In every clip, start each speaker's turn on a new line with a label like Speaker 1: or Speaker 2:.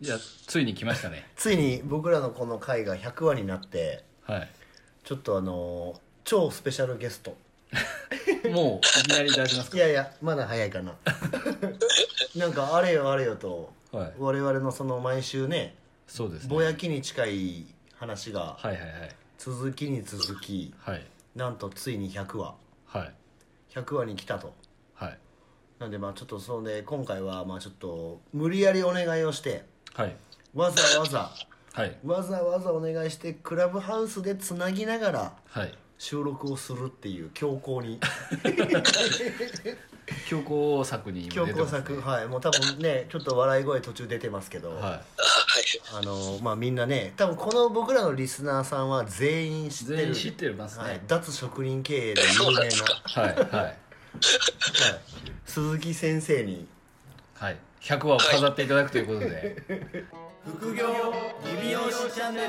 Speaker 1: じゃあついに来ましたね
Speaker 2: ついに僕らのこの回が100話になって
Speaker 1: は
Speaker 2: ちょっとあのー超スペシャルゲスト
Speaker 1: いもういきなり出します
Speaker 2: いやいやまだ早いかななんかあれよあれよと
Speaker 1: かはい
Speaker 2: 我々のその毎週ね
Speaker 1: そうですね
Speaker 2: ぼやきに近い話が
Speaker 1: はいはいはい
Speaker 2: 続きに続き
Speaker 1: はい
Speaker 2: なんとついに100話
Speaker 1: はい
Speaker 2: 100話に来たと
Speaker 1: はい
Speaker 2: なんでまあちょっとそんで今回はまあちょっと無理やりお願いをして
Speaker 1: はい
Speaker 2: わざわざ
Speaker 1: はい
Speaker 2: わざわざお願いしてクラブハウスでつなぎながら
Speaker 1: はい
Speaker 2: 収録をするっていう強行に
Speaker 1: 強行策に今
Speaker 2: 強
Speaker 1: 出て
Speaker 2: 行
Speaker 1: ますね
Speaker 2: 策、はいもう多分ねちょっと笑い声途中出てますけど、
Speaker 1: は
Speaker 2: あのまあみんなね多分この僕らのリスナーさんは全員
Speaker 1: い
Speaker 2: 知ってる
Speaker 1: 全員知ってますね
Speaker 2: はい、脱職人経 営で有名な、はい、
Speaker 1: はいはい
Speaker 2: 鈴木先生に
Speaker 1: はい100話を飾っていただくということで
Speaker 2: 副業指押しチャンネル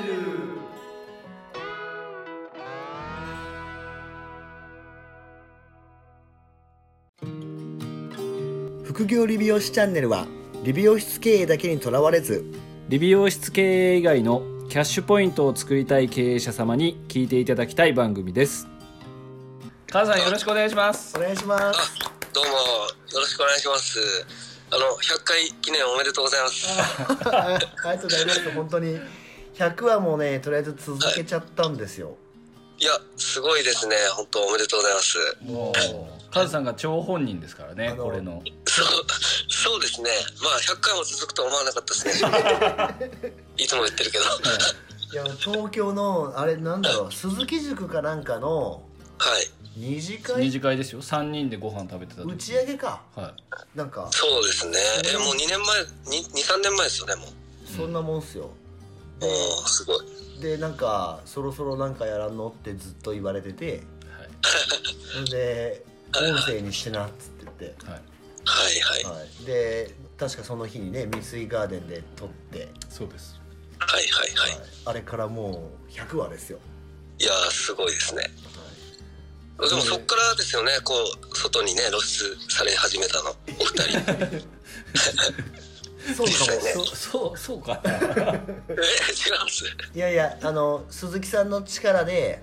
Speaker 2: 副業理美容師チャンネルは理美容室経営だけにとらわれず
Speaker 3: 理美容室経営以外のキャッシュポイントを作りたい経営者様に聞いていただきたい番組です
Speaker 1: 母さんよろしくお願いします
Speaker 2: お願いし ます
Speaker 4: どうもよろしくお願いします。あの100回記念おめでとうございます。
Speaker 2: あありがとうございます本当に100はもうねとりあえず続けちゃったんですよ、
Speaker 4: いやすごいですね。本当おめでとうございます。
Speaker 1: もうカズさんが張本人ですから
Speaker 2: あ
Speaker 1: ね
Speaker 2: の
Speaker 1: これの
Speaker 4: そうそうですね。まあ100回も続くとは思わなかったですね。 いつも言ってるけど。はい
Speaker 2: や東京のあれなんだろう鈴木塾かなんかの
Speaker 4: い。
Speaker 2: 二次
Speaker 1: 二
Speaker 2: 会
Speaker 1: 次会ですよ3人でご飯食べてた
Speaker 2: 打
Speaker 1: 時
Speaker 2: ち上げか
Speaker 1: は
Speaker 2: なんか
Speaker 4: そうですね。えもう2年前に2、3年前ですよねもう。
Speaker 2: そんなもんっすよ、
Speaker 4: おーすごい。
Speaker 2: でなんかそろそろなんかやらんのってずっと言われてて
Speaker 1: い
Speaker 2: それで音声にしてなっつって言っ
Speaker 1: はいはい
Speaker 4: はいは
Speaker 2: て、は
Speaker 4: い
Speaker 2: い、で確かその日にねミスイガーデンで撮って、はい
Speaker 1: そうです
Speaker 4: はいはいはい。
Speaker 2: あれからもう100話ですよ、
Speaker 4: いやすごいですね。
Speaker 2: は
Speaker 4: でもそっからですよね。こう外にね露出され始めたのお 二人。
Speaker 2: い、そうか
Speaker 1: そ
Speaker 2: も
Speaker 1: そうそうか
Speaker 4: え違います。
Speaker 2: いやいやあの鈴木さんの力で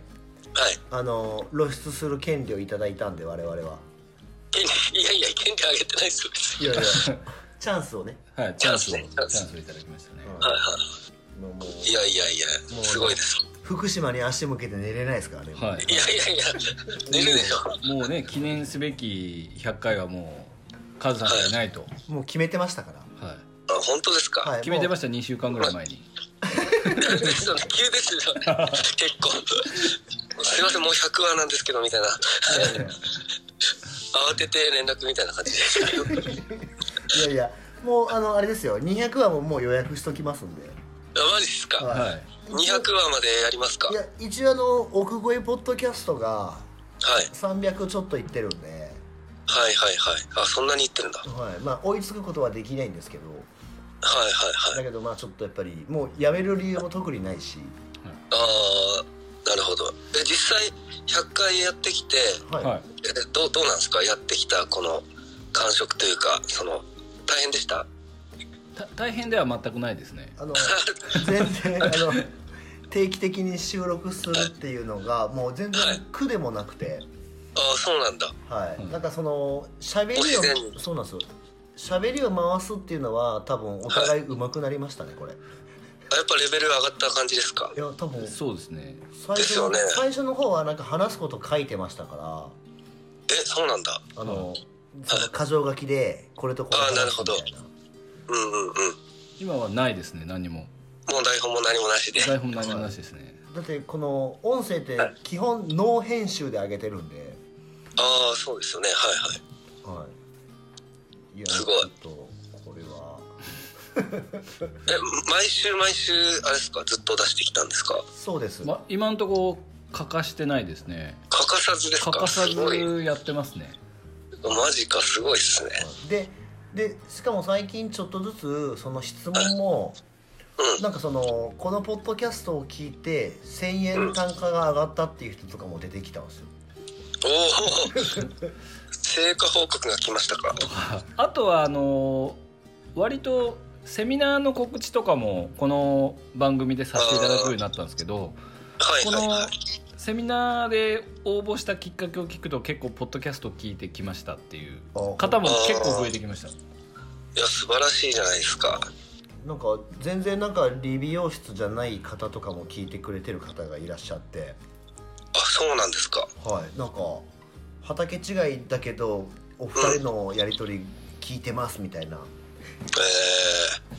Speaker 4: はい。
Speaker 2: あの露出する権利をいただいたんで我々はい
Speaker 4: やいや、権利あげてないですよ、別に。
Speaker 2: いやいや チャンスをね
Speaker 1: はいチャンスを
Speaker 4: チ
Speaker 1: チ
Speaker 4: ャ
Speaker 1: ャ
Speaker 4: ンスね
Speaker 1: ンスをいただきましたね
Speaker 4: はい
Speaker 2: は
Speaker 4: はい
Speaker 2: もうもう
Speaker 4: い。いやいやいや、すごいです。
Speaker 2: 福島に足向けて寝れないですからね、
Speaker 1: はい
Speaker 4: いやいやいや、寝るでしょ。
Speaker 1: もうね記念すべき100回はもうカズさんがいないと、は
Speaker 2: もう決めてましたから
Speaker 1: い、
Speaker 4: あ、本当ですか。
Speaker 2: はい
Speaker 1: 決めてま
Speaker 2: し
Speaker 1: した2週間ぐらい前に
Speaker 4: ですよね急ですよね。結構。すいません、もう100話なんですけど、みたいな。慌てて連絡みたいな感じで。
Speaker 2: た いやいやもうあのあれですよ200話ももう予約しときますんで
Speaker 4: あマジっすか。
Speaker 2: はい
Speaker 1: はい
Speaker 4: 200話までやりますか。
Speaker 2: い
Speaker 4: はい。
Speaker 2: や一応あの奥越えポッドキャストが
Speaker 4: はい
Speaker 2: 300ちょっといってるんで、
Speaker 4: はいはい。あ、そんなに言ってるんだ。はい
Speaker 2: はい、まあ追いつくことはできないんですけど
Speaker 4: はいはい。
Speaker 2: だけどまあちょっとやっぱりもうやめる理由も特にないし
Speaker 4: あー、なるほど。え、実際、100回やってきて、
Speaker 2: はい、
Speaker 1: はい
Speaker 4: えどうどうなんですかやってきたこの感触というかその大変でした
Speaker 1: た大変では全くないですね
Speaker 2: あの全然あの定期的に収録するっていうのがもう全然苦でもなくて、
Speaker 4: ああそうなんだ
Speaker 2: はい
Speaker 1: うん
Speaker 2: なんかその喋り
Speaker 4: 自然
Speaker 2: を
Speaker 4: に
Speaker 2: そうなんですよ喋りを回すっていうのは多分お互い上手くなりましたねこれい
Speaker 4: あやっぱレベル上がった感じですか
Speaker 2: や多分
Speaker 1: そうですね
Speaker 2: 最
Speaker 4: です
Speaker 2: 初の、
Speaker 4: よね
Speaker 2: 最初の方はなんか話すこと書いてましたか
Speaker 4: えそうなんだ
Speaker 2: らあの、その箇条書きでこれとこれ
Speaker 4: あーな
Speaker 2: 話
Speaker 4: る
Speaker 2: す
Speaker 4: ほ
Speaker 2: みた
Speaker 4: ど
Speaker 2: いな
Speaker 4: うんうんうん
Speaker 1: 今はないですね何も
Speaker 4: もう台本も何もなしで
Speaker 1: 台本何もなしですね
Speaker 2: だってこの音声って基本ノー編集で上げてるんで、
Speaker 4: ああそうですよねはいはい
Speaker 2: はい。いや、
Speaker 4: すごい
Speaker 2: ちょっと、これは。
Speaker 4: え毎週毎週あれですかずっと出してきたんですか
Speaker 2: そうです。
Speaker 1: ま今んとこ欠かしてないですね
Speaker 4: 欠かさずですか
Speaker 1: 欠かさ
Speaker 4: すごい
Speaker 1: ずやってますね
Speaker 4: マジかすごいっすね
Speaker 2: で、で、しかも最近ちょっとずつ、その質問も。
Speaker 4: うん
Speaker 2: なんかその、このポッドキャストを聞いて、1000円単価が上がったっていう人とかも出てきたんですよ。
Speaker 4: おお 成果報告が来ましたか
Speaker 1: あとはあのー割とセミナーの告知とかもこの番組でさせていただくようになったんですけど
Speaker 4: はい
Speaker 1: こ
Speaker 4: はいは
Speaker 1: の
Speaker 4: い
Speaker 1: セミナーで応募したきっかけを聞くと結構ポッドキャスト聞いてきましたっていう方も結構増えてきました
Speaker 4: いや素晴らしいじゃないですか
Speaker 2: なんか全然なんか理美容室じゃない方とかも聞いてくれてる方がいらっしゃって
Speaker 4: あそうなんですか
Speaker 2: はいなんか畑違いだけどお二人のやり取り聞いてますみたいな
Speaker 4: ええ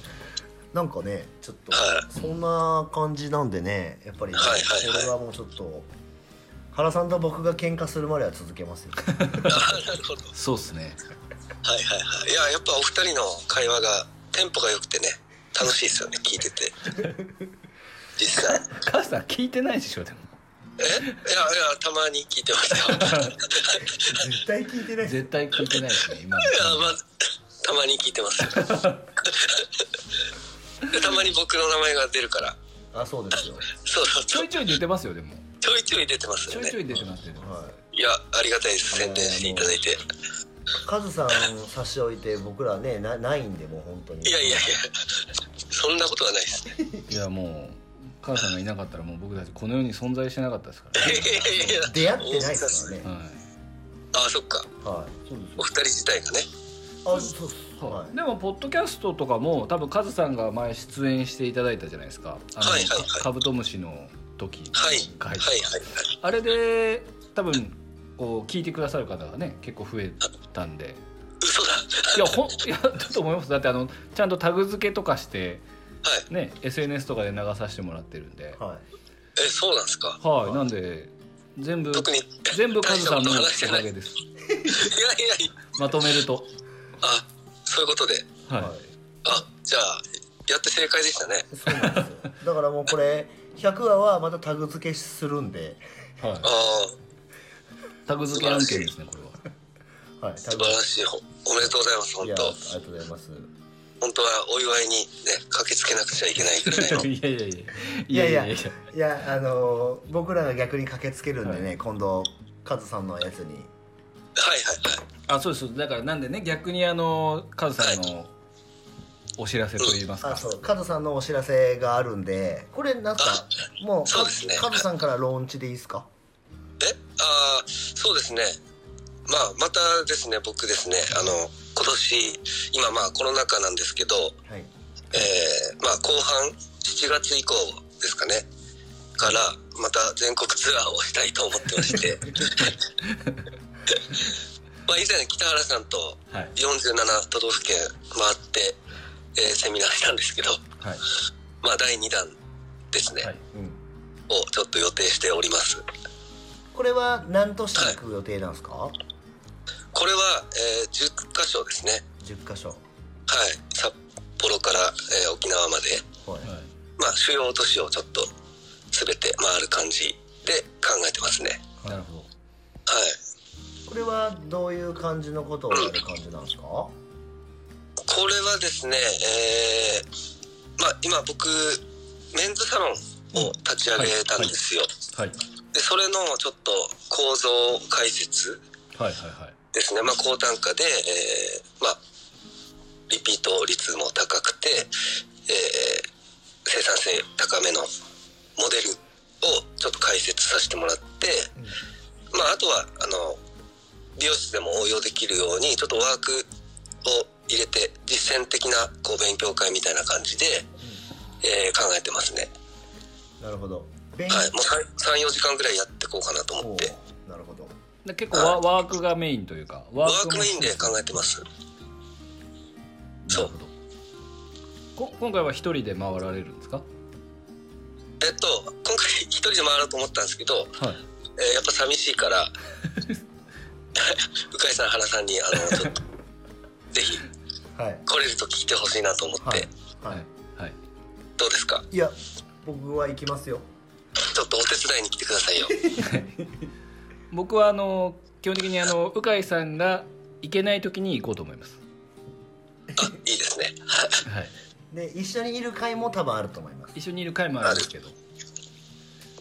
Speaker 2: なんかねちょっ
Speaker 4: は
Speaker 2: とそんな感じなんでねやっぱりね
Speaker 4: はいはいはい
Speaker 2: これはもうちょっと原さんと僕が喧嘩するまでは続けますよ
Speaker 4: あなるほど
Speaker 1: そうですね
Speaker 4: はいはいはいいややっぱお二人の会話がテンポが良くてね楽しいですよね聞いてて実際
Speaker 1: カズさん聞いてないでしょ でも
Speaker 4: えいやいやたまに聞いてました よいや
Speaker 2: 絶対聞いてない
Speaker 1: 絶対聞いてないですね今の
Speaker 4: まあたまに聞いてますよでたまに僕の名前が出るから
Speaker 2: あそうですよ
Speaker 4: そうそう
Speaker 1: ち
Speaker 4: ち
Speaker 1: ょ
Speaker 4: ょ
Speaker 1: いちょい出てますよでも
Speaker 4: ちょいちょい出てます
Speaker 1: ち
Speaker 4: よ
Speaker 1: ょい
Speaker 4: ね
Speaker 1: ちょい出てますけど
Speaker 2: はい
Speaker 4: いやありがたいです宣伝していただいて
Speaker 2: カズさん差し置いて僕らねなないんでもう本当に
Speaker 4: いやいやいやそんなことはないですね
Speaker 1: いやもう母さんがいなかったらもう僕たちこの世に存在してなかったですか
Speaker 4: いやいやいや
Speaker 2: 出会ってないですからね
Speaker 1: らね、はい
Speaker 4: あそっか
Speaker 2: はいそうです
Speaker 4: お二人自体がね
Speaker 2: あそうっす
Speaker 1: そう
Speaker 2: はい
Speaker 1: でもポッドキャストとかも多分カズさんが前出演していただいたじゃないですかあの、
Speaker 4: はいはいはい
Speaker 1: カブトムシの時
Speaker 4: はい
Speaker 1: が
Speaker 4: は
Speaker 1: 入
Speaker 4: い
Speaker 1: って
Speaker 4: はいはい
Speaker 1: あれで多分こう聞いてくださる方がね結構増えたんで
Speaker 4: 嘘だ
Speaker 1: いやほんいやだと思いますだってあのちゃんとタグ付けとかして
Speaker 4: はい
Speaker 1: ね SNS とかで流させてもらってるんで
Speaker 2: はい
Speaker 4: えそうなんですか
Speaker 1: はいなんで全部
Speaker 4: 特に
Speaker 1: 全部カズさんのお
Speaker 4: 大したこと話してな
Speaker 1: か
Speaker 4: いいや
Speaker 1: げです
Speaker 4: いやいや
Speaker 1: まとめると
Speaker 4: あそういうことで
Speaker 1: はい、
Speaker 2: はい
Speaker 4: あじゃあやって正解でしたね
Speaker 2: そうなんですよだからもうこれ100話はまたタグ付けするんで
Speaker 1: はい
Speaker 4: あ、あ
Speaker 1: タグ付け案件ですねこれは
Speaker 2: はいタ
Speaker 4: 素
Speaker 2: グ
Speaker 4: 晴らしいほおめでとうございます本
Speaker 2: いや
Speaker 4: 当
Speaker 2: ありがとうございます
Speaker 4: 本当はお祝いにね駆けつけなくちゃいけないぐらいの
Speaker 1: いやいやいや
Speaker 2: いや
Speaker 1: い
Speaker 2: いや
Speaker 1: や
Speaker 2: いやあのー僕らが逆に駆けつけるんでね、
Speaker 1: は
Speaker 2: 今度カズさんのやつに
Speaker 4: はいはいはい
Speaker 1: あそうですだからなんでね逆にあのカズさんのお知らせといいますか、
Speaker 2: あそうカズさんのお知らせがあるんでこれなんか
Speaker 4: あ
Speaker 2: もう
Speaker 4: そうですね
Speaker 2: カズさんからローンチでいいですか
Speaker 4: えあーそうですねまあまたですね僕ですねあの今年今まあコロナ禍なんですけど、
Speaker 2: はい
Speaker 4: えーまあ、後半7月以降ですかねからまた全国ツアーをしたいと思ってまして まあ以前北原さんと
Speaker 1: はい
Speaker 4: 47都道府県回って、えーセミナーしたんですけど、
Speaker 1: はい
Speaker 4: まあ、第2弾ですね、
Speaker 1: はい
Speaker 2: うん
Speaker 4: をちょっと予定しております
Speaker 2: これは何都市行く予定なんですか、
Speaker 4: これは、えー10カ所ですね
Speaker 2: 10箇所
Speaker 4: はい札幌から、えー沖縄まで、
Speaker 2: はい
Speaker 1: はい
Speaker 4: まあ、主要都市をちょっと全て回る感じで考えてますね
Speaker 1: なるほど
Speaker 4: はい
Speaker 2: これはどういう感じのことをやる感じなんですかは
Speaker 4: これはですね、えーまあ、今僕メンズサロンを立ち上げたんですよ、
Speaker 1: はい
Speaker 4: でそれのちょっと構造解説
Speaker 1: はいはいはい
Speaker 4: ですね、まあ、高単価で、えーまあ、リピート率も高くて、えー生産性高めのモデルをちょっと解説させてもらって、まあ、あとはあの美容室でも応用できるようにちょっとワークを入れて実践的なこう勉強会みたいな感じで、えー考えてますね、
Speaker 2: なるほど勉
Speaker 4: はい、もう34時間ぐらいやっていこうかなと思って
Speaker 2: おーなるほど
Speaker 1: で結構ワワークがメインというか
Speaker 4: ワ
Speaker 1: ワ
Speaker 4: ーク
Speaker 1: も
Speaker 4: メインで考えてます
Speaker 1: なるほどこ今回は一人で回られるんですか
Speaker 4: えっと今回一人で回ろうと思ったんですけど、
Speaker 1: はい
Speaker 4: えーやっぱ寂しいから 鵜飼さん原さんにあのちょっとぜひ
Speaker 2: はい
Speaker 4: 来れると聞いてほしいなと思って、
Speaker 2: はい
Speaker 1: は
Speaker 2: はいい
Speaker 1: はい
Speaker 4: どうですか
Speaker 2: いや僕は行きますよ
Speaker 4: ちょっとお手伝いに来てくださいよ
Speaker 1: 僕はあの基本的にあの鵜飼さんが行けない時に行こうと思い ます
Speaker 4: あいいですね
Speaker 1: はい
Speaker 2: で一緒にいる会も多分あると思います
Speaker 1: 一緒にいる回もあるんですけど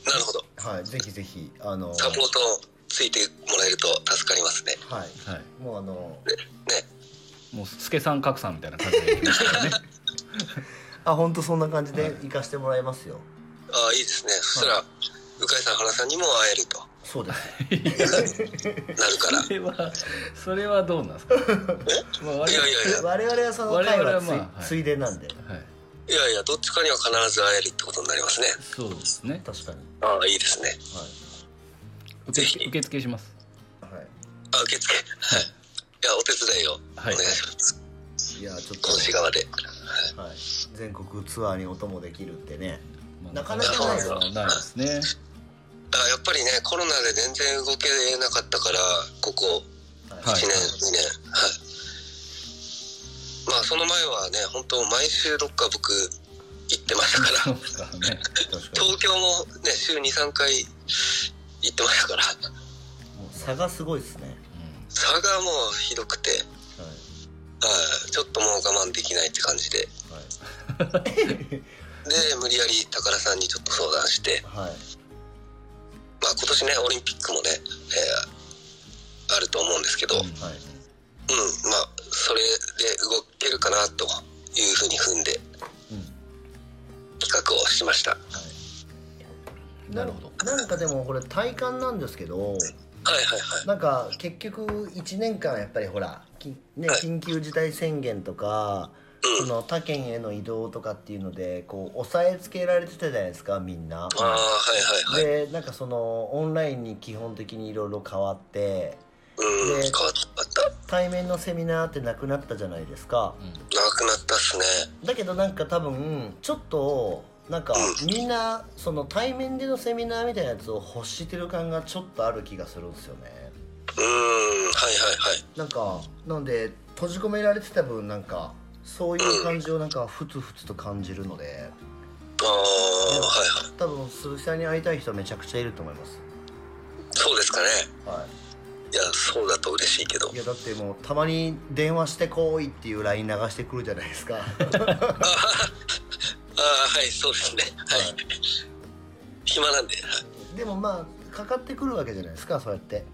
Speaker 4: なるほど
Speaker 2: はいぜひぜひあの
Speaker 4: サポートついてもらえると助かりますね
Speaker 2: はい
Speaker 1: はい
Speaker 2: もうあの
Speaker 4: ね
Speaker 1: もう助さん格さんみたいな感じで行きますからね
Speaker 2: あ本当そんな感じで行かしてもらいますよ、
Speaker 4: ああいいですねそしたら鵜飼さん原さんにも会えると
Speaker 2: そうです
Speaker 4: なるから
Speaker 1: それはそれはどうなんですか、まあ、
Speaker 4: いやいやいや
Speaker 2: 我々はその会
Speaker 1: 我々
Speaker 2: は
Speaker 1: は
Speaker 2: つ,、
Speaker 1: まあはい
Speaker 2: ついでなんで
Speaker 1: はい、
Speaker 4: いやいやどっちかには必ず会えるってことになりますね
Speaker 1: そうですね
Speaker 2: 確かに
Speaker 4: ああいいですね
Speaker 1: 受
Speaker 4: ぜ
Speaker 1: 付
Speaker 4: ひ
Speaker 1: 受付します
Speaker 2: はい、は
Speaker 4: あ受付
Speaker 1: はい
Speaker 4: いやお手伝いをお
Speaker 1: はい
Speaker 4: 願いします、
Speaker 2: い、いやちょっ
Speaker 4: この市
Speaker 2: と、
Speaker 4: 側で
Speaker 2: はい、全国ツアーにお供できるってね
Speaker 1: まあ
Speaker 2: なかなかないよ
Speaker 1: ないですね
Speaker 4: だからやっぱりねコロナで全然動けなかったからここ
Speaker 2: はい、
Speaker 1: はい
Speaker 4: 1年2年はいまあその前はね本当毎週どっか僕行ってましたか
Speaker 1: そう
Speaker 4: ら
Speaker 1: ですからね
Speaker 2: 確かに
Speaker 4: 東京もね週23回行ってましたから
Speaker 2: もう差がすごいですね、
Speaker 4: 差がもうひどくて
Speaker 2: はい
Speaker 4: はいちょっともう我慢できないって感じで
Speaker 2: は
Speaker 4: で無理やり宝さんにちょっと相談して、
Speaker 2: い、はい、
Speaker 4: まあ、今年ねオリンピックもね、えーあると思うんですけど、
Speaker 1: う
Speaker 4: うんん
Speaker 1: うん
Speaker 2: はい、
Speaker 4: まあそれで動けるかなというふうに踏んで
Speaker 2: うん、
Speaker 4: 企画をしました。
Speaker 2: はい。
Speaker 1: なるほど
Speaker 2: なんかでもこれ体感なんですけど、
Speaker 4: はいはいはい
Speaker 2: なんか結局一年間やっぱりほら、きね
Speaker 4: はい
Speaker 2: 緊急事態宣言とか、その他県への移動とかっていうのでこう抑えつけられてたじゃないですか、みんな。
Speaker 4: ああはいはいはい、
Speaker 2: でなんかそのオンラインに基本的にいろいろ変わって
Speaker 4: うん
Speaker 2: で
Speaker 4: 変わった
Speaker 2: 対面のセミナーってなくなったじゃないですか
Speaker 4: 長くなったっすね
Speaker 2: だけどなんか多分ちょっとなんかみんなその対面でのセミナーみたいなやつを欲してる感がちょっとある気がするんですよね
Speaker 4: うんはいはいはい
Speaker 2: なんかなんで閉じ込められてた分なんかそういう感じをなんかふつふつと感じるので
Speaker 4: ああはいはい
Speaker 2: 多分鈴木さんに会いたい人めちゃくちゃいると思います
Speaker 4: そうですかね
Speaker 2: はい
Speaker 4: やそうだと嬉しいけど
Speaker 2: いいやだってもうたまに電話してこいっていう LINE 流してくるじゃないですか
Speaker 4: ああはいそうですねはい、
Speaker 2: はい
Speaker 4: 暇なんではい
Speaker 2: でもまあかかってくるわけじゃないですかそうやってね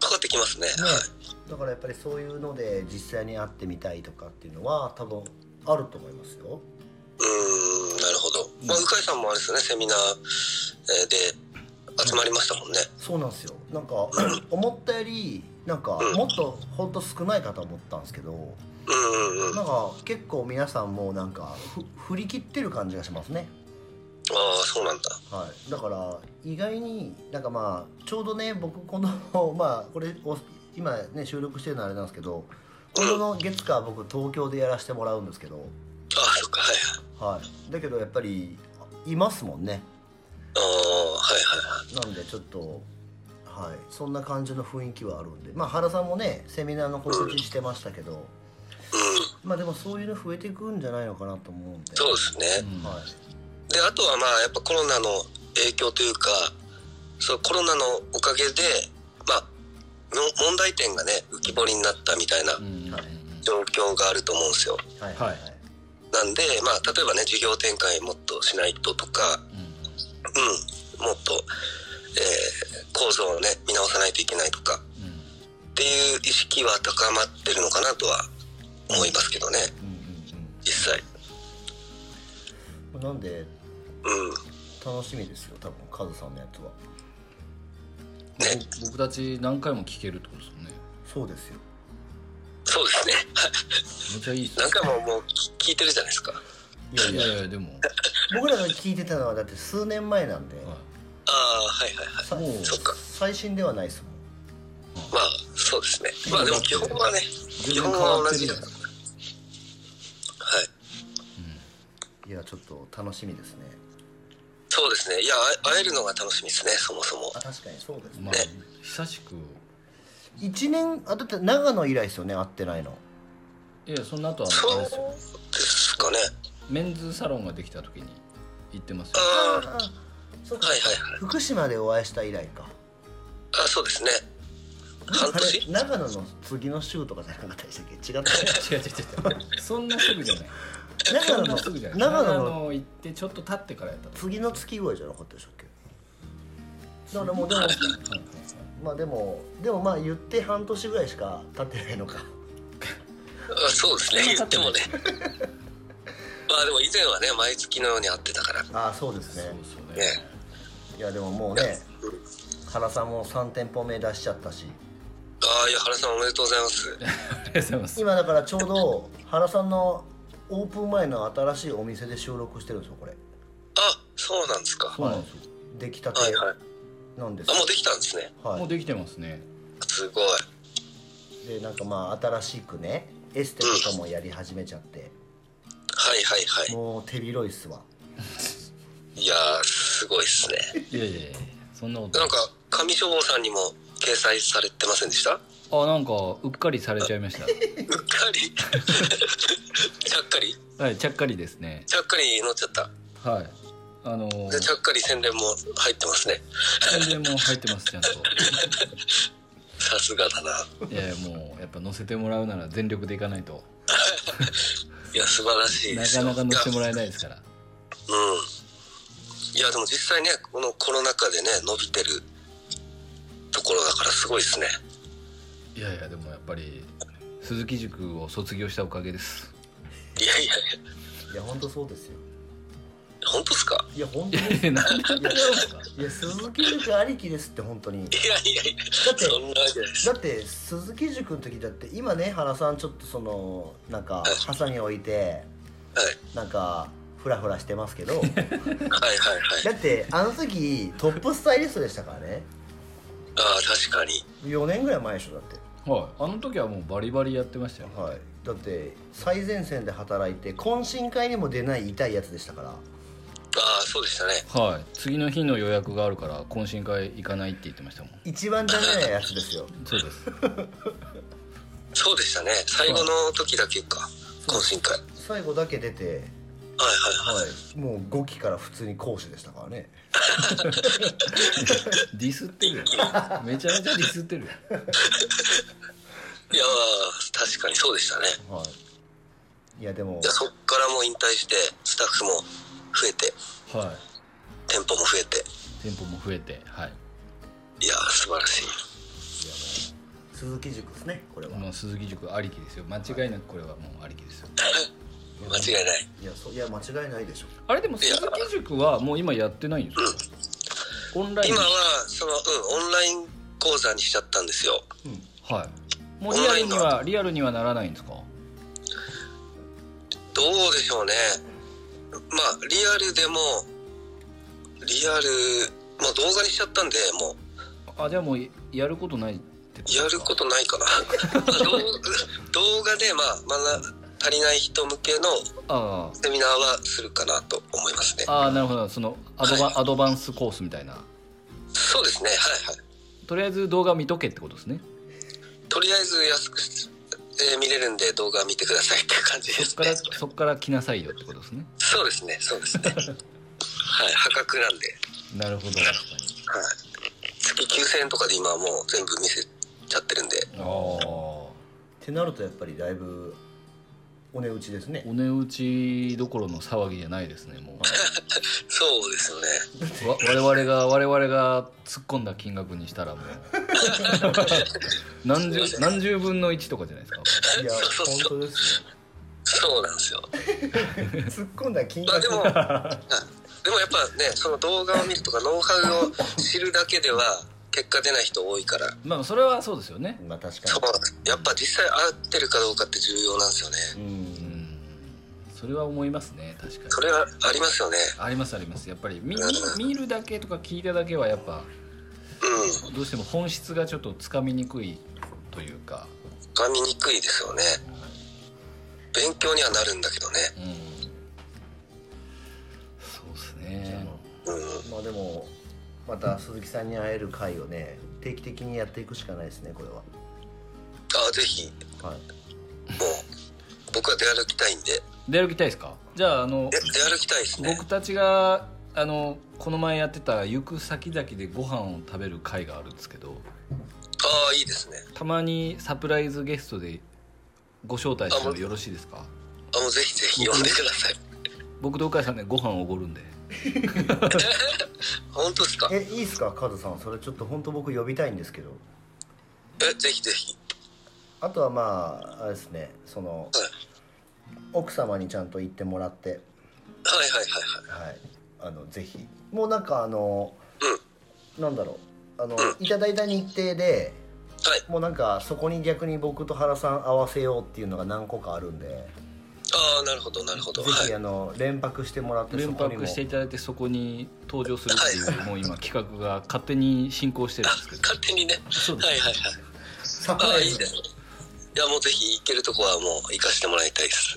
Speaker 4: かかってきますねはい
Speaker 2: だからやっぱりそういうので実際に会ってみたいとかっていうのは多分あると思いますよ
Speaker 4: うーんなるほど、まあ、鵜飼さんもあれですよねセミナーえーで集まりましたもんね、
Speaker 2: そうなんですよなんか 思ったよりなんかもっとほんと少ないかと思ったんですけど
Speaker 4: うんうんうん
Speaker 2: な
Speaker 4: あ
Speaker 2: んか結構皆さんもうなんかふ振り切ってる感じがしますね
Speaker 4: あそうなんだ
Speaker 2: はい、だから意外になんかまあちょうどね僕この まあこれお今ね収録してるのあれなんですけどこの月火僕東京でやらせてもらうんですけど、
Speaker 4: ああそっかはいはい
Speaker 2: はい、だけどやっぱりいますもんね
Speaker 4: ああはいはいはい
Speaker 2: なんでちょっとはいそんな感じの雰囲気はあるんでまあ原さんもねセミナーの告知してましたけど
Speaker 4: うん
Speaker 2: まあでもそういうの増えていくんじゃないのかなと思うんで
Speaker 4: そうですね、
Speaker 1: うん
Speaker 2: はい
Speaker 4: であとはまあやっぱコロナの影響というかそうコロナのおかげでまあの問題点がね浮き彫りになったみたいな
Speaker 1: うんうんうん
Speaker 4: 状況があると思うんですよ
Speaker 2: はい
Speaker 1: はい
Speaker 4: なんでまあ例えばね事業展開もっとしないととかうんもっと、えー構造をね見直さないといけないとか
Speaker 1: うんうん
Speaker 4: っていう意識は高まってるのかなとは思いますけどね
Speaker 2: うん
Speaker 4: 実際
Speaker 2: うんうんなんで
Speaker 4: うん
Speaker 2: 楽しみですよ多分カズさんのやつは
Speaker 4: ね
Speaker 1: 僕僕たち何回も聞けるってことですよね
Speaker 2: そうですよ
Speaker 4: そうですね
Speaker 1: めっちゃいいっす
Speaker 4: 何回ももう聞聞いてるじゃないですか
Speaker 2: いやい
Speaker 1: い
Speaker 2: や
Speaker 1: やいやでも、
Speaker 2: 僕らが聞いてたのはだって数年前なんで、
Speaker 1: は
Speaker 4: ああはいはいはい
Speaker 2: さ
Speaker 1: もう
Speaker 4: そっか
Speaker 2: 最新ではないですもん
Speaker 4: まあそうですねまあでも基本はね
Speaker 1: い、
Speaker 4: 基
Speaker 1: 全然
Speaker 4: 本
Speaker 1: 変
Speaker 4: は
Speaker 1: わっ
Speaker 4: 同
Speaker 1: てる
Speaker 4: じ
Speaker 1: じゃ
Speaker 4: はい
Speaker 1: ないですか、
Speaker 2: いやちょっと楽しみですね
Speaker 4: そうですねいやあ会えるのが楽しみですねそもそも
Speaker 2: あ確かにそうです
Speaker 1: うんま
Speaker 2: ね
Speaker 1: あ、久しく
Speaker 2: 1年あだって長野以来ですよね会ってないの
Speaker 1: いやその後はあ
Speaker 4: そう
Speaker 1: れですよ
Speaker 4: ですかね
Speaker 1: メンズサロンができた時に行ってますよ
Speaker 4: ああ
Speaker 2: あそうか
Speaker 4: はいはいはい
Speaker 2: 福島でお会いした以来か
Speaker 4: あそうですね半
Speaker 2: あ
Speaker 4: 年
Speaker 2: れ長野の次の週とかじゃなかったでしたっけ違った
Speaker 1: 違う違う違うそんなすぐじゃないそん
Speaker 2: 長 野
Speaker 1: な
Speaker 2: の
Speaker 1: すぐじゃない
Speaker 2: 長
Speaker 1: 長
Speaker 2: 野の
Speaker 1: 野行ってちょっと経ってからやった
Speaker 2: 次の月ぐらいじゃなかったでしたっけだからもうでもまあでもでもまあ言って半年ぐらいしか経ってないのか
Speaker 4: あそうですね言ってもね まあでも以前はね毎月のように会ってたからね
Speaker 2: ああそうですね
Speaker 1: そうですよね
Speaker 4: ね
Speaker 2: いやでももうね
Speaker 4: うん
Speaker 2: 原さんも3店舗目出しちゃったし
Speaker 4: ああいや原さんおめでとうございます
Speaker 1: ありがとうございます
Speaker 2: 今だからちょうど原さんのオープン前の新しいお店で収録してるんですよこれ
Speaker 4: あそうなんですかは
Speaker 2: そうなんですよ出来たて
Speaker 4: いはい
Speaker 2: なんです
Speaker 4: あもうできたんですね
Speaker 2: は
Speaker 1: もう
Speaker 2: い
Speaker 1: できてますね
Speaker 4: すごい
Speaker 2: でなんかまあ新しくねエステとかもやり始めちゃって
Speaker 4: はいはいは
Speaker 2: もう手広いっすわ
Speaker 4: いいやーすごいっすね
Speaker 1: いやいやいやそんなこと
Speaker 4: なんか上書房さんにも掲載されてませんでした
Speaker 1: あなんかうっかりされちゃいまし
Speaker 4: うっかり ちゃっかり
Speaker 1: たはいちゃっかりですね
Speaker 4: ちゃっかり乗っちゃった
Speaker 1: はいあのー
Speaker 4: でちゃっかり宣伝も入ってますね
Speaker 1: 宣伝も入ってますちゃんと
Speaker 4: さすがだない
Speaker 1: やいやもうやっぱ乗せてもらうなら全力でいかないと
Speaker 4: いや素晴らしい
Speaker 1: な
Speaker 4: です
Speaker 1: か
Speaker 4: よ
Speaker 1: なか乗せてもらえないですから
Speaker 4: いやうんいやでも実際ねこのコロナ禍でね伸びてるところだからすごいですね
Speaker 1: いやいやでもやっぱり鈴木塾を卒業したおかげです
Speaker 4: いやいやいや
Speaker 2: いや本当そうですよ
Speaker 4: 本当っすか
Speaker 2: いや本当
Speaker 1: いや
Speaker 2: です
Speaker 1: いや なんで
Speaker 2: いや鈴木塾ありきですって本当にだ
Speaker 4: いやいやいや
Speaker 2: って
Speaker 4: そんなわけないです
Speaker 2: だって鈴木塾の時だって今ね原さんちょっとそのなんかハサミ置いて
Speaker 4: はい
Speaker 2: なんかフラフラしてますけど だ
Speaker 4: はいはいはい
Speaker 2: ってあの時トップスタイリストでしたからね
Speaker 4: ああ確かに
Speaker 2: 4年ぐらい前でしょだって
Speaker 1: はいあの時はもうバリバリやってましたよ
Speaker 2: はいだって最前線で働いて懇親会にも出ない痛いやつでしたから
Speaker 4: ああそうでしたね
Speaker 1: はい次の日の予約があるから懇親会行かないって言ってましたもん
Speaker 2: 一番ダメなやつですよ
Speaker 1: そうです
Speaker 4: そうでしたね最後の時だけか懇親会はい
Speaker 2: 最後だけ出て
Speaker 4: はいはい
Speaker 2: はいもう5期から普通に講師でしたからね
Speaker 1: ディスって るよめちゃめちゃディスってるよ
Speaker 4: いやー確かにそうでしたね
Speaker 2: はいいやでも
Speaker 4: いやそっからもう引退してスタッフも増えて
Speaker 1: は
Speaker 4: 店舗も増えて
Speaker 1: い店舗も増えてはい
Speaker 4: いやー素晴らしい
Speaker 2: 鈴木塾ですねこれは
Speaker 1: もう鈴木塾ありきですよ間違いなくこれはもうありきですよ
Speaker 4: 間違いない
Speaker 2: いやそういや間違いないでしょ
Speaker 1: あれでも鈴木塾はもう今やってないんですかオンライン
Speaker 4: 今はその、うん、オンライン講座にしちゃったんですよ
Speaker 1: はいもうリアルにはリアルにはならないんですか
Speaker 4: どうでしょうねまあリアルでもリアルまあ動画にしちゃったんでもう
Speaker 1: あじゃあもうやることないってことですか
Speaker 4: やることないかなまあ動 動画でまあまだ足りない人向けの
Speaker 1: あ
Speaker 4: セミナーはするかなと思いますね
Speaker 1: あああなるほどそのアドバンアドバンスコースみたいな
Speaker 4: そうですねはいはい
Speaker 1: とりあえず動画見とけってことですね
Speaker 4: とりあえず安くし、えー見れるんで動画見てくださいっていう感じで
Speaker 1: そっ
Speaker 4: す
Speaker 1: か
Speaker 4: ね
Speaker 1: らそっから来なさいよってことですね
Speaker 4: そうですねそ うですねはい破格なんで
Speaker 1: なるほど
Speaker 4: はい、月9000円とかで今はもう全部見せちゃってるんで
Speaker 1: ああお
Speaker 2: ってなるとやっぱりだいぶお値打ちですね
Speaker 1: 値打ちどころの騒ぎじゃないですねも
Speaker 4: そうですよね
Speaker 1: うわ我々が我々が突っ込んだ金額にしたらもう何十何十分の1とかじゃないですか
Speaker 2: いや 本当です よ
Speaker 4: そうなんですよ
Speaker 2: 突っ込んだ金
Speaker 4: まあ
Speaker 2: 額
Speaker 4: で もはいでもやっぱねその動画を見るとかノウハウを知るだけでは結果出ない人多いから
Speaker 1: まあそれはそうですよね
Speaker 2: まあ確か
Speaker 4: そうなんですやっぱ実際合ってるかどうかって重要なんですよね
Speaker 2: にう
Speaker 1: うんんそれは思いますね確かに
Speaker 4: それはありますよね
Speaker 1: ありますありますやっぱり見見見るだけとか聞いただけはやっぱ
Speaker 4: うん
Speaker 1: どうしても本質がちょっとつかみにくいというか、
Speaker 4: 噛みにくいですよね勉強にはなるんだけどね
Speaker 1: うん、そうですね
Speaker 4: うん
Speaker 2: まあでもまた鈴木さんに会える会をね定期的にやっていくしかないですねこれは
Speaker 4: あぜひ
Speaker 2: はい
Speaker 4: もう僕は出歩きたいんで
Speaker 1: 出歩きたいですかじゃああの
Speaker 4: え出歩きたいですね
Speaker 1: 僕たちがあのこの前やってた行く先々でご飯を食べる会があるんですけど
Speaker 4: ああいいですね
Speaker 1: たまにサプライズゲストでご招待してもよろしいですか
Speaker 4: あもうぜひぜひ呼んでください。
Speaker 1: 僕と岡井さんねご飯おごるんで
Speaker 4: 本当ですか。え
Speaker 2: えいいっすかカズさんそれちょっと本当僕呼びたいんですけど
Speaker 4: ぜひぜひ。
Speaker 2: あとはまああれですねその
Speaker 4: はい。
Speaker 2: 奥様にちゃんと言ってもらって
Speaker 4: はいはいはいはい。
Speaker 2: はい、あのぜひもうなんかあの、なんだろうあの、
Speaker 4: う
Speaker 2: いただいた日程で
Speaker 4: はい。
Speaker 2: もうなんかそこに逆に僕と原さん合わせようっていうのが何個かあるんで、
Speaker 4: ああ、なるほどなるほど。
Speaker 2: ぜ
Speaker 4: はい。
Speaker 2: ひあの連泊してもらって
Speaker 1: 連
Speaker 2: そこにも
Speaker 1: 泊していただいてそこに登場するっていうもう今企画が勝手に進行してるん
Speaker 4: あ
Speaker 1: ですけど
Speaker 4: 勝手にね。
Speaker 1: そうで
Speaker 4: はいはいはい。
Speaker 2: サプ
Speaker 4: あ
Speaker 2: ラ
Speaker 4: あ、
Speaker 2: イ
Speaker 4: いいで
Speaker 2: ズ
Speaker 4: すね。いや、もうぜひ行けるとこはもう行かしてもらいたいです。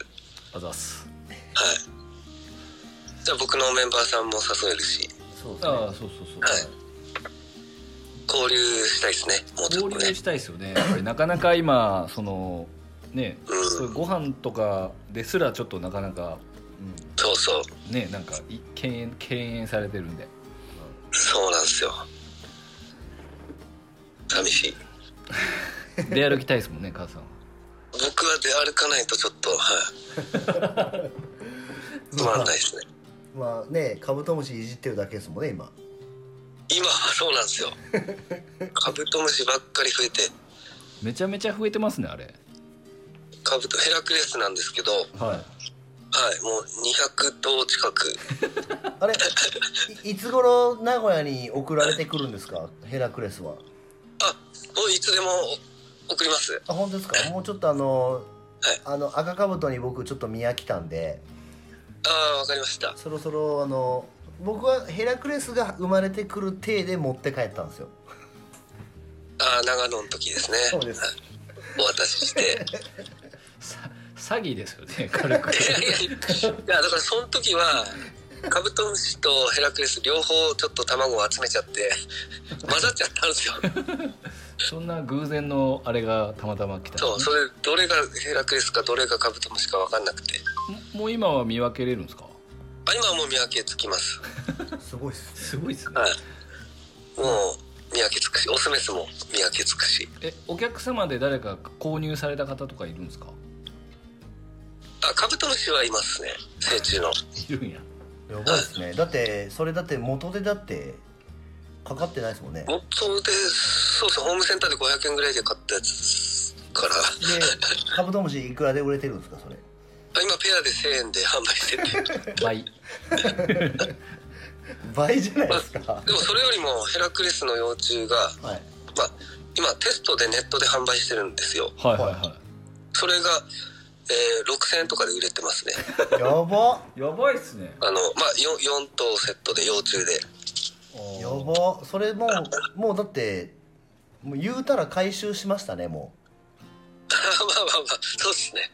Speaker 1: あざっす
Speaker 4: はい。じゃあ僕のメンバーさんも誘えるし、
Speaker 2: そうですね
Speaker 1: ああそうそうそう、
Speaker 4: はい交流したいですね。もうちょっ
Speaker 1: 交
Speaker 4: と
Speaker 1: 流
Speaker 4: ね。
Speaker 1: したいですよねやっぱりなかなか今そのね
Speaker 4: うん
Speaker 1: そういうご飯とかですらちょっとなかなか
Speaker 4: そうそう。
Speaker 1: ねなんかい敬遠敬遠されてるんで
Speaker 4: そうなんですよ。寂しい。
Speaker 1: 出歩きたいですもんね 母さんは
Speaker 4: 僕は出歩かないとちょっ と、はい。つまんないですね。
Speaker 2: うんまあねカブトムシいじってるだけですもんね今
Speaker 4: 今はそうな んですよ。カブトムシばっかり増えて、
Speaker 1: めちゃめちゃ増えてますねあれ
Speaker 4: カブト、ヘラクレスなんですけど、はい、
Speaker 1: はい
Speaker 4: もう200頭近く。
Speaker 2: あれいいつ頃名古屋に送られてくるんですかヘラクレスは
Speaker 4: あ、もういつでも送ります。
Speaker 2: あ本当ですかもうちょっとあの
Speaker 4: はい
Speaker 2: あの赤カブトに僕ちょっと見飽きたんで
Speaker 4: ああ、わかりました。
Speaker 2: そろそろあの僕はヘラクレスが生まれてくる体で持って帰ったんですよ
Speaker 4: ああ、長野の時ですね。
Speaker 2: そうです
Speaker 4: はいお渡しして。いや
Speaker 1: さ詐欺ですよね 軽く
Speaker 4: いやいや、だからその時は、カブトムシとヘラクレス両方ちょっと卵を集めちゃって、混ざっちゃったんですよ。
Speaker 1: そんな偶然のあれがたまたま来た
Speaker 4: そう、それどれがヘラクレスかどれがカブトムシかわかんなくて。
Speaker 1: ももう今は見分けれるんですか
Speaker 4: あ、今はもう見分けつきます。
Speaker 2: すごいっす
Speaker 1: すごいですね
Speaker 4: はい。もう見分けつくし、オスメスも見分けつくし。
Speaker 1: えお客様で誰か購入された方とかいるんですか
Speaker 4: あ、カブトムシはいますね。成虫の。
Speaker 1: いるんや
Speaker 2: やばいですねだってそれだって元でだってかかってないですもんねで
Speaker 4: 本当で、そうそう、ホームセンターで500円ぐらいで買ったやつですから。
Speaker 2: カブトムシいくらで売れてるんですかそれ
Speaker 4: あ今ペアで1000円で販売してて
Speaker 1: 倍
Speaker 2: 倍じゃないですか
Speaker 4: でもそれよりもヘラクレスの幼虫が、
Speaker 2: はい
Speaker 4: まあ、今テストでネットで販売してるんですよ
Speaker 1: はいはいは
Speaker 4: それが、えー6000円とかで売れてますね
Speaker 2: やば
Speaker 1: いやばいっすね
Speaker 4: あの、まあ、4, 頭セットで幼虫で
Speaker 2: やばそれもうもうだってもう言うたら回収しましたねもう
Speaker 4: あまあまあまあそうですね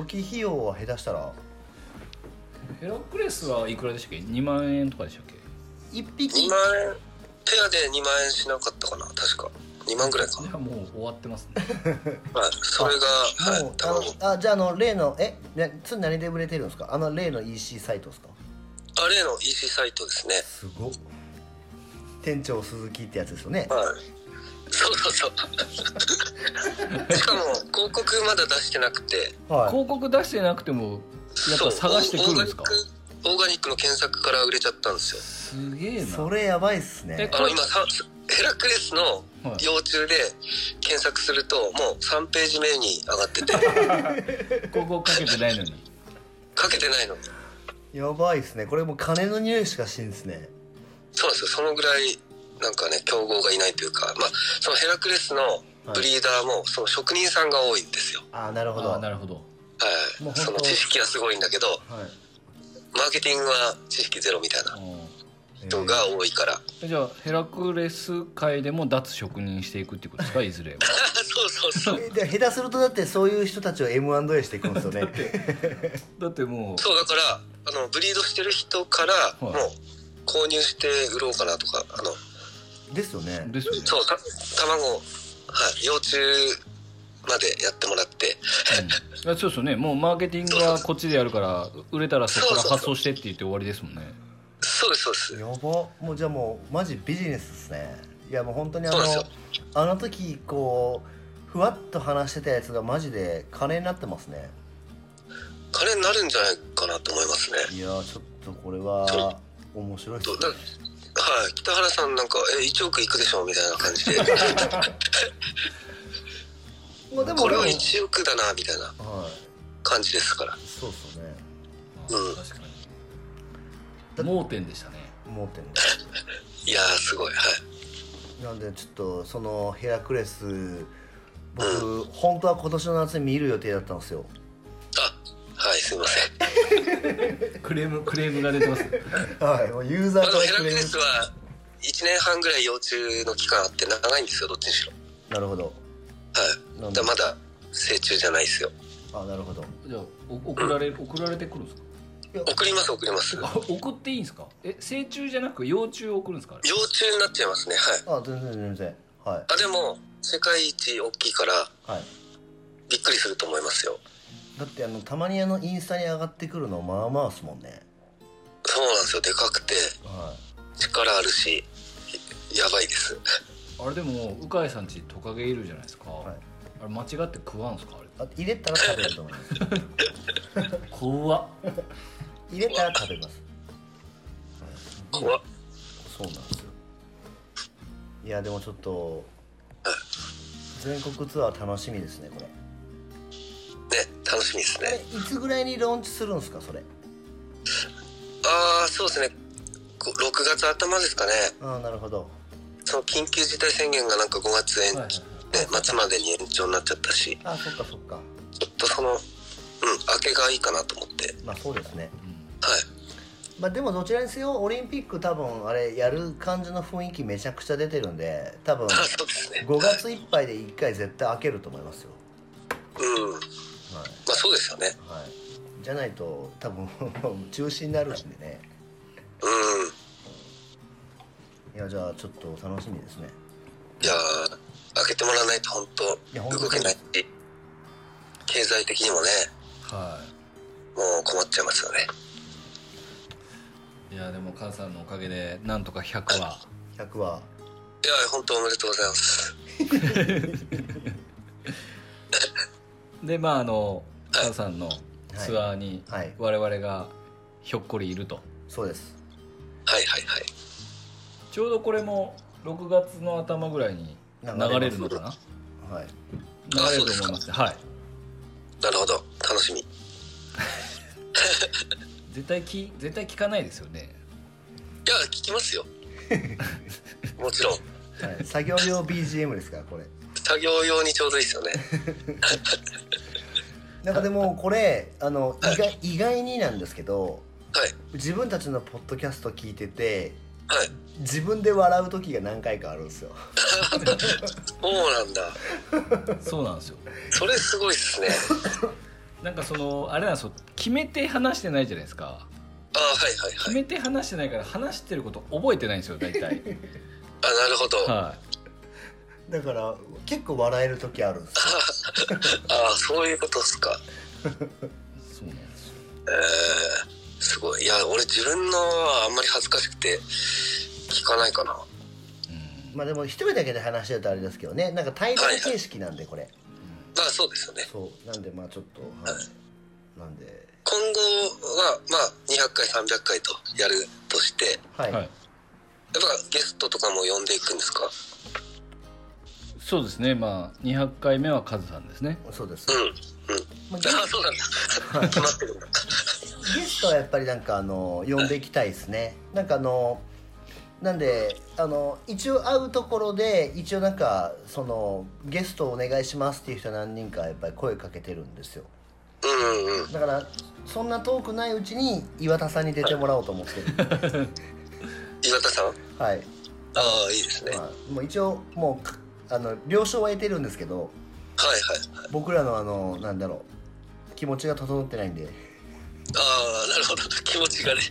Speaker 2: 初期費用は下手したら
Speaker 1: ヘラクレスはいくらでしたっけ2万円とかでしたっけ
Speaker 2: 一匹
Speaker 4: 2万円ペアで2万円しなかったかな確か2万ぐらいか
Speaker 1: じ
Speaker 4: な
Speaker 1: ゃ、あもう終わってますね
Speaker 4: はい、それがは
Speaker 2: もう
Speaker 4: い卵
Speaker 2: あのあじゃああの例のえなつ何で売れてるんですかあの例の EC サイトですか
Speaker 4: あ例の EC サイトですね
Speaker 2: すごっ店長鈴木ってやつですよね
Speaker 4: はいそうそうそうしかも広告まだ出してなくて
Speaker 2: はい
Speaker 1: 広告出してなくてもやっぱ探してくるんですか
Speaker 4: そうオーガニックオーガニックの検索から売れちゃったんですよ
Speaker 1: すげえな
Speaker 2: それやばいっすね
Speaker 1: え
Speaker 4: あの今さヘラクレスの幼虫で検索するともう3ページ目に上がっ てて
Speaker 1: 広告かけてないのに
Speaker 4: かけてないの
Speaker 2: やばいっすねこれもう金の匂いしかしんですね
Speaker 4: そうなんですよそのぐらいなんかね競合がいないというかまあそのヘラクレスのブリーダーもその職人さんが多いんですよ
Speaker 2: ああなるほど
Speaker 1: ああ
Speaker 2: は
Speaker 1: ないるほど
Speaker 4: はい、
Speaker 2: もう本当
Speaker 4: その知識はすごいんだけどマーケティングは知識ゼロみたいな
Speaker 1: う
Speaker 2: え
Speaker 4: 人
Speaker 2: ー
Speaker 4: が多いから、
Speaker 1: んじゃあヘラクレス界でも脱職人していくってことですかいずれは
Speaker 4: そうそうそう
Speaker 2: えで下手するとだってそういう人たちを M&A していくんです よね
Speaker 1: だっても
Speaker 4: そうだからあのブリードしてる人からもう
Speaker 1: い
Speaker 4: 購入して売ろうかなとかあの
Speaker 2: ですよね
Speaker 1: うですよね
Speaker 4: そうた卵はい幼虫までやってもらって
Speaker 1: うん、あそうですよねもうマーケティングはこっちでやるから売れたらそこから
Speaker 4: そうそうそう
Speaker 1: 発送してって言って終わりですもんね
Speaker 4: そうですそうです
Speaker 2: やばもうじゃあもうマジビジネスですねいやもう本当にあの
Speaker 4: そうですよ
Speaker 2: あの時こうふわっと話してたやつがマジで金になってますね
Speaker 4: 金になるんじゃないかなと思いますね
Speaker 2: いやーちょっとこれは面白いっす
Speaker 4: と
Speaker 2: ね
Speaker 4: だはい北原さんなんかえ1億いくでしょみたいな感じ で
Speaker 2: まあでも
Speaker 4: これは
Speaker 2: でも
Speaker 4: 1億だなみたいな
Speaker 2: はい
Speaker 4: 感じですから
Speaker 2: そうっすよね
Speaker 4: うん
Speaker 1: 確かに盲点でしたね
Speaker 2: 盲点
Speaker 4: いやーすごいはい
Speaker 2: なんでちょっとそのヘラクレス僕本当は今年の夏に見る予定だったんですよ
Speaker 4: あはいすいませ ん
Speaker 1: クレームクレームが出てます
Speaker 2: はいもうユーザー
Speaker 4: あ
Speaker 2: か
Speaker 4: の
Speaker 2: ら
Speaker 4: ヘラ
Speaker 2: ク
Speaker 4: ク
Speaker 2: レ
Speaker 4: レ
Speaker 2: ー
Speaker 4: スは1年半ぐらい幼虫の期間あって長いんですよどっちにしろ
Speaker 2: ムなるほど
Speaker 4: はい
Speaker 2: なん
Speaker 4: だ
Speaker 2: で
Speaker 4: まだ成虫じゃないですよ
Speaker 2: あなるほど
Speaker 1: じゃあお送られ送られてくるんですか
Speaker 4: 送ります送ります
Speaker 1: てか送っていいんですかえ成虫じゃなく幼虫を送るんですかあれ
Speaker 4: 幼虫になっちゃいますねはい
Speaker 2: あ全然全然は
Speaker 4: あでも世界一大きいから
Speaker 2: いはい
Speaker 4: びっくりすると思いますよ
Speaker 2: だってあのたまにあのインスタに上がってくるのまあまあっすもんね
Speaker 4: そうなんですよでかくて
Speaker 2: は
Speaker 4: 力あるしやばいです
Speaker 1: あれでも鵜飼さんちトカゲいるじゃないですか、
Speaker 2: い
Speaker 1: あれ間違って食わんすかあれ
Speaker 2: いあ入れたら食べると思います
Speaker 1: 怖っ
Speaker 2: 入れたら食べます
Speaker 4: 怖っ
Speaker 2: そうなんですよいやでもちょっと全国ツアー楽しみですねこれ
Speaker 4: ね楽しみです
Speaker 2: あれ
Speaker 4: ね
Speaker 2: いつぐらいにローンチするんですかそれ
Speaker 4: ああそうですねこ6月頭ですかね
Speaker 2: ああなるほど
Speaker 4: その緊急事態宣言がなんか5月
Speaker 1: は
Speaker 4: 延、
Speaker 1: いはいは
Speaker 4: ね
Speaker 1: い、
Speaker 4: 末までに延長になっちゃったし
Speaker 2: あそっかそっか
Speaker 4: ちょっとそのうん明けがいいかなと思って
Speaker 2: まあそうですね
Speaker 4: はい
Speaker 2: まあでもどちらにせよオリンピック多分あれやる感じの雰囲気めちゃくちゃ出てるんで多分
Speaker 4: あそうですね
Speaker 2: 5月いっぱいで1回絶対開けると思いますよ
Speaker 4: うんま
Speaker 2: は
Speaker 4: あそうですよね
Speaker 2: い、はい、じゃないと多分 中止になるんでね
Speaker 4: うん
Speaker 2: いやじゃあちょっと楽しみですね
Speaker 4: いやー開けてもらわないと本
Speaker 2: いや本
Speaker 4: 当
Speaker 2: 当
Speaker 4: 動けないし経済的にもね
Speaker 1: は
Speaker 4: もう困っちゃいますよね
Speaker 1: いいやでも母さんのおかげでなんとか100は
Speaker 2: 100はい
Speaker 4: や本当おめでとうございます
Speaker 1: でまああの母さんのツアーに
Speaker 2: はい
Speaker 1: 我々がひょっこりいると、
Speaker 2: そうです
Speaker 4: はいはいはい
Speaker 1: ちょうどこれも6月の頭ぐらいに流れるのかな
Speaker 2: はい
Speaker 4: 流
Speaker 1: 流
Speaker 4: れます
Speaker 1: れると思いますねはい
Speaker 4: なるほど楽しみ
Speaker 1: 絶対き絶対聞かないですよね
Speaker 4: いや聞きますよ もちろん
Speaker 2: はい、作業用 BGM ですからこれ
Speaker 4: 作業用にちょうどいいですよね
Speaker 2: なんかでもこれあの意外意外になんですけど
Speaker 4: はい
Speaker 2: 自分たちのポッドキャスト聞いてて
Speaker 4: はい
Speaker 2: 自分で笑う時が何回かあるんですよ
Speaker 4: そうなんだ
Speaker 1: そうなんですよ
Speaker 4: それすごいですね
Speaker 1: なんかそのあれなんですよ決めて話してないじゃないですか
Speaker 4: あーはいはい
Speaker 1: 決
Speaker 4: はい
Speaker 1: めて話してないから話してること覚えてないんですよ大体
Speaker 4: あなるほどあ
Speaker 1: はい
Speaker 2: だから結構笑える時あるんですよ
Speaker 4: あーそういうことっすか
Speaker 1: そうなんですよ
Speaker 4: えー、すごいいや俺自分のはあんまり恥ずかしくて聞かないかな
Speaker 1: うん
Speaker 2: まあでも一人だけで話してるとあれですけどねなんか対談形式なんでこれ
Speaker 4: まあそうですよね
Speaker 2: そうなんでまあちょっとはいなんで
Speaker 4: 今後はまあ200回300回とやるとしてやっ
Speaker 2: はい、
Speaker 1: はい
Speaker 4: ぱゲストとかも呼んでいくんですか
Speaker 1: そうですねまあ200回目はカズさんですね
Speaker 2: そうです
Speaker 4: うん、
Speaker 2: まあゲ
Speaker 4: ああそうなんだ決まってるんだ
Speaker 2: ゲストはやっぱりなんかあの呼んでいきたいですねなんかあのなんであの一応会うところで一応なんかそのゲストお願いしますっていう人何人かやっぱり声かけてるんですよ
Speaker 4: うんうんうん
Speaker 2: だからそんな遠くないうちに岩田さんに出てもらおうと思って る
Speaker 4: 岩田さん
Speaker 2: はい、
Speaker 4: ああいいですねはい
Speaker 2: まあ、もう一応もうかあの了承は得てるんですけど
Speaker 4: はい
Speaker 2: 僕らのあのなんだろう気持ちが整ってないんで
Speaker 4: ああなるほど 気持ちがね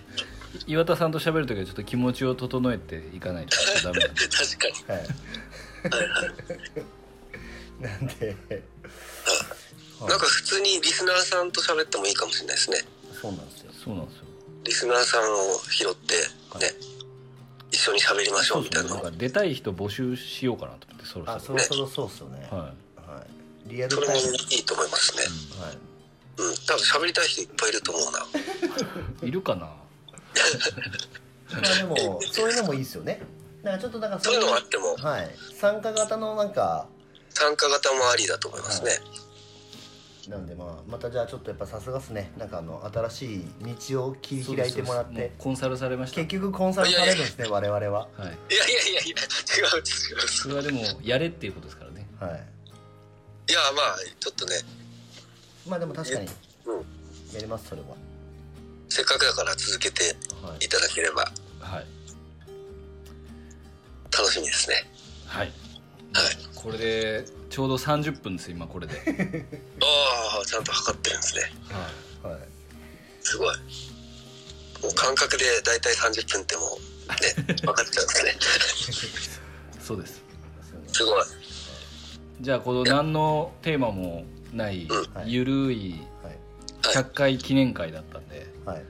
Speaker 1: 岩田さんと喋る時はちょっと気持ちを整えていかないとダメなんで
Speaker 4: 確かに
Speaker 2: はいなんで
Speaker 4: なんか普通にリスナーさんと喋ってもいいかもしれないですね
Speaker 2: そうなんですよ
Speaker 1: そうなんですよ
Speaker 4: リスナーさんを拾ってね一緒に喋りましょうみたいな
Speaker 1: なんか出たい人募集しようかなと思ってそろ
Speaker 2: あ
Speaker 1: そ
Speaker 2: そろそろそうっすよね、
Speaker 1: ろはい
Speaker 2: はい、リアル
Speaker 4: それも
Speaker 2: タイム、
Speaker 4: いいと思いますね
Speaker 2: はい、
Speaker 4: うん多分喋りたい人いっぱいいると思うない
Speaker 1: るかな
Speaker 2: まあでもそういうのもいいですよねなんかちょっとなんか
Speaker 4: そういうのがあっても
Speaker 2: はい参加型のなんか
Speaker 4: 参加型もありだと思いますね、
Speaker 2: なんでまあまたじゃあちょっとやっぱさすがっすねなんかあの新しい道を切り開いてもらっ
Speaker 1: そうですそうで
Speaker 2: て
Speaker 1: すうコンサルされました
Speaker 2: 結局コンサルされるんですね我々は
Speaker 1: はい
Speaker 4: いやいやいやいや違う違う
Speaker 1: それはでもやれっていうことですからね
Speaker 2: はい
Speaker 4: いやまあちょっとね、
Speaker 2: まあでも確かに
Speaker 4: うん、
Speaker 2: やりますそれは
Speaker 4: せっかくだから続けて
Speaker 2: はい
Speaker 4: いただければ
Speaker 1: はい
Speaker 4: 楽しみですね
Speaker 1: はい
Speaker 4: はい
Speaker 1: これでちょうど30分です今これ で、はい、
Speaker 4: ああちゃんと測ってるんですね
Speaker 2: はい
Speaker 4: すごいもう感覚で大体30分ってもうね分かっちゃうんですね
Speaker 1: そうです
Speaker 2: ですよね
Speaker 4: すごい
Speaker 1: じゃあこの何のテーマもない
Speaker 2: はい
Speaker 1: ゆるい100回記念会だったんで、
Speaker 2: はいはい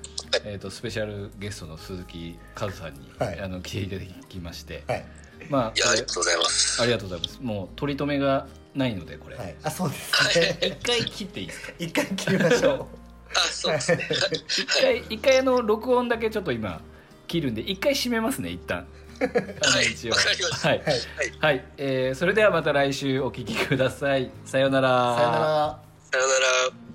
Speaker 1: えー、とスペシャルゲストの鈴木和さんに、
Speaker 2: はい
Speaker 1: あの来ていただきまして、
Speaker 2: はい
Speaker 1: まあ
Speaker 4: いや
Speaker 1: これ
Speaker 4: ありがとうございます
Speaker 1: ありがとうございますもう取り留めがないのでこれ、
Speaker 2: はいあそうですね
Speaker 1: 一回切っていいですか
Speaker 2: 一回切りましょ
Speaker 4: あそうですね
Speaker 1: 一回一回あの録音だけちょっと今切るんで一回閉めますね一旦あの
Speaker 4: はい
Speaker 1: 一応
Speaker 4: わかりました
Speaker 1: はい、
Speaker 2: うはいさ
Speaker 1: はいえーそれではまた来週お聞きくださいさようなら
Speaker 2: よなら
Speaker 4: さよなら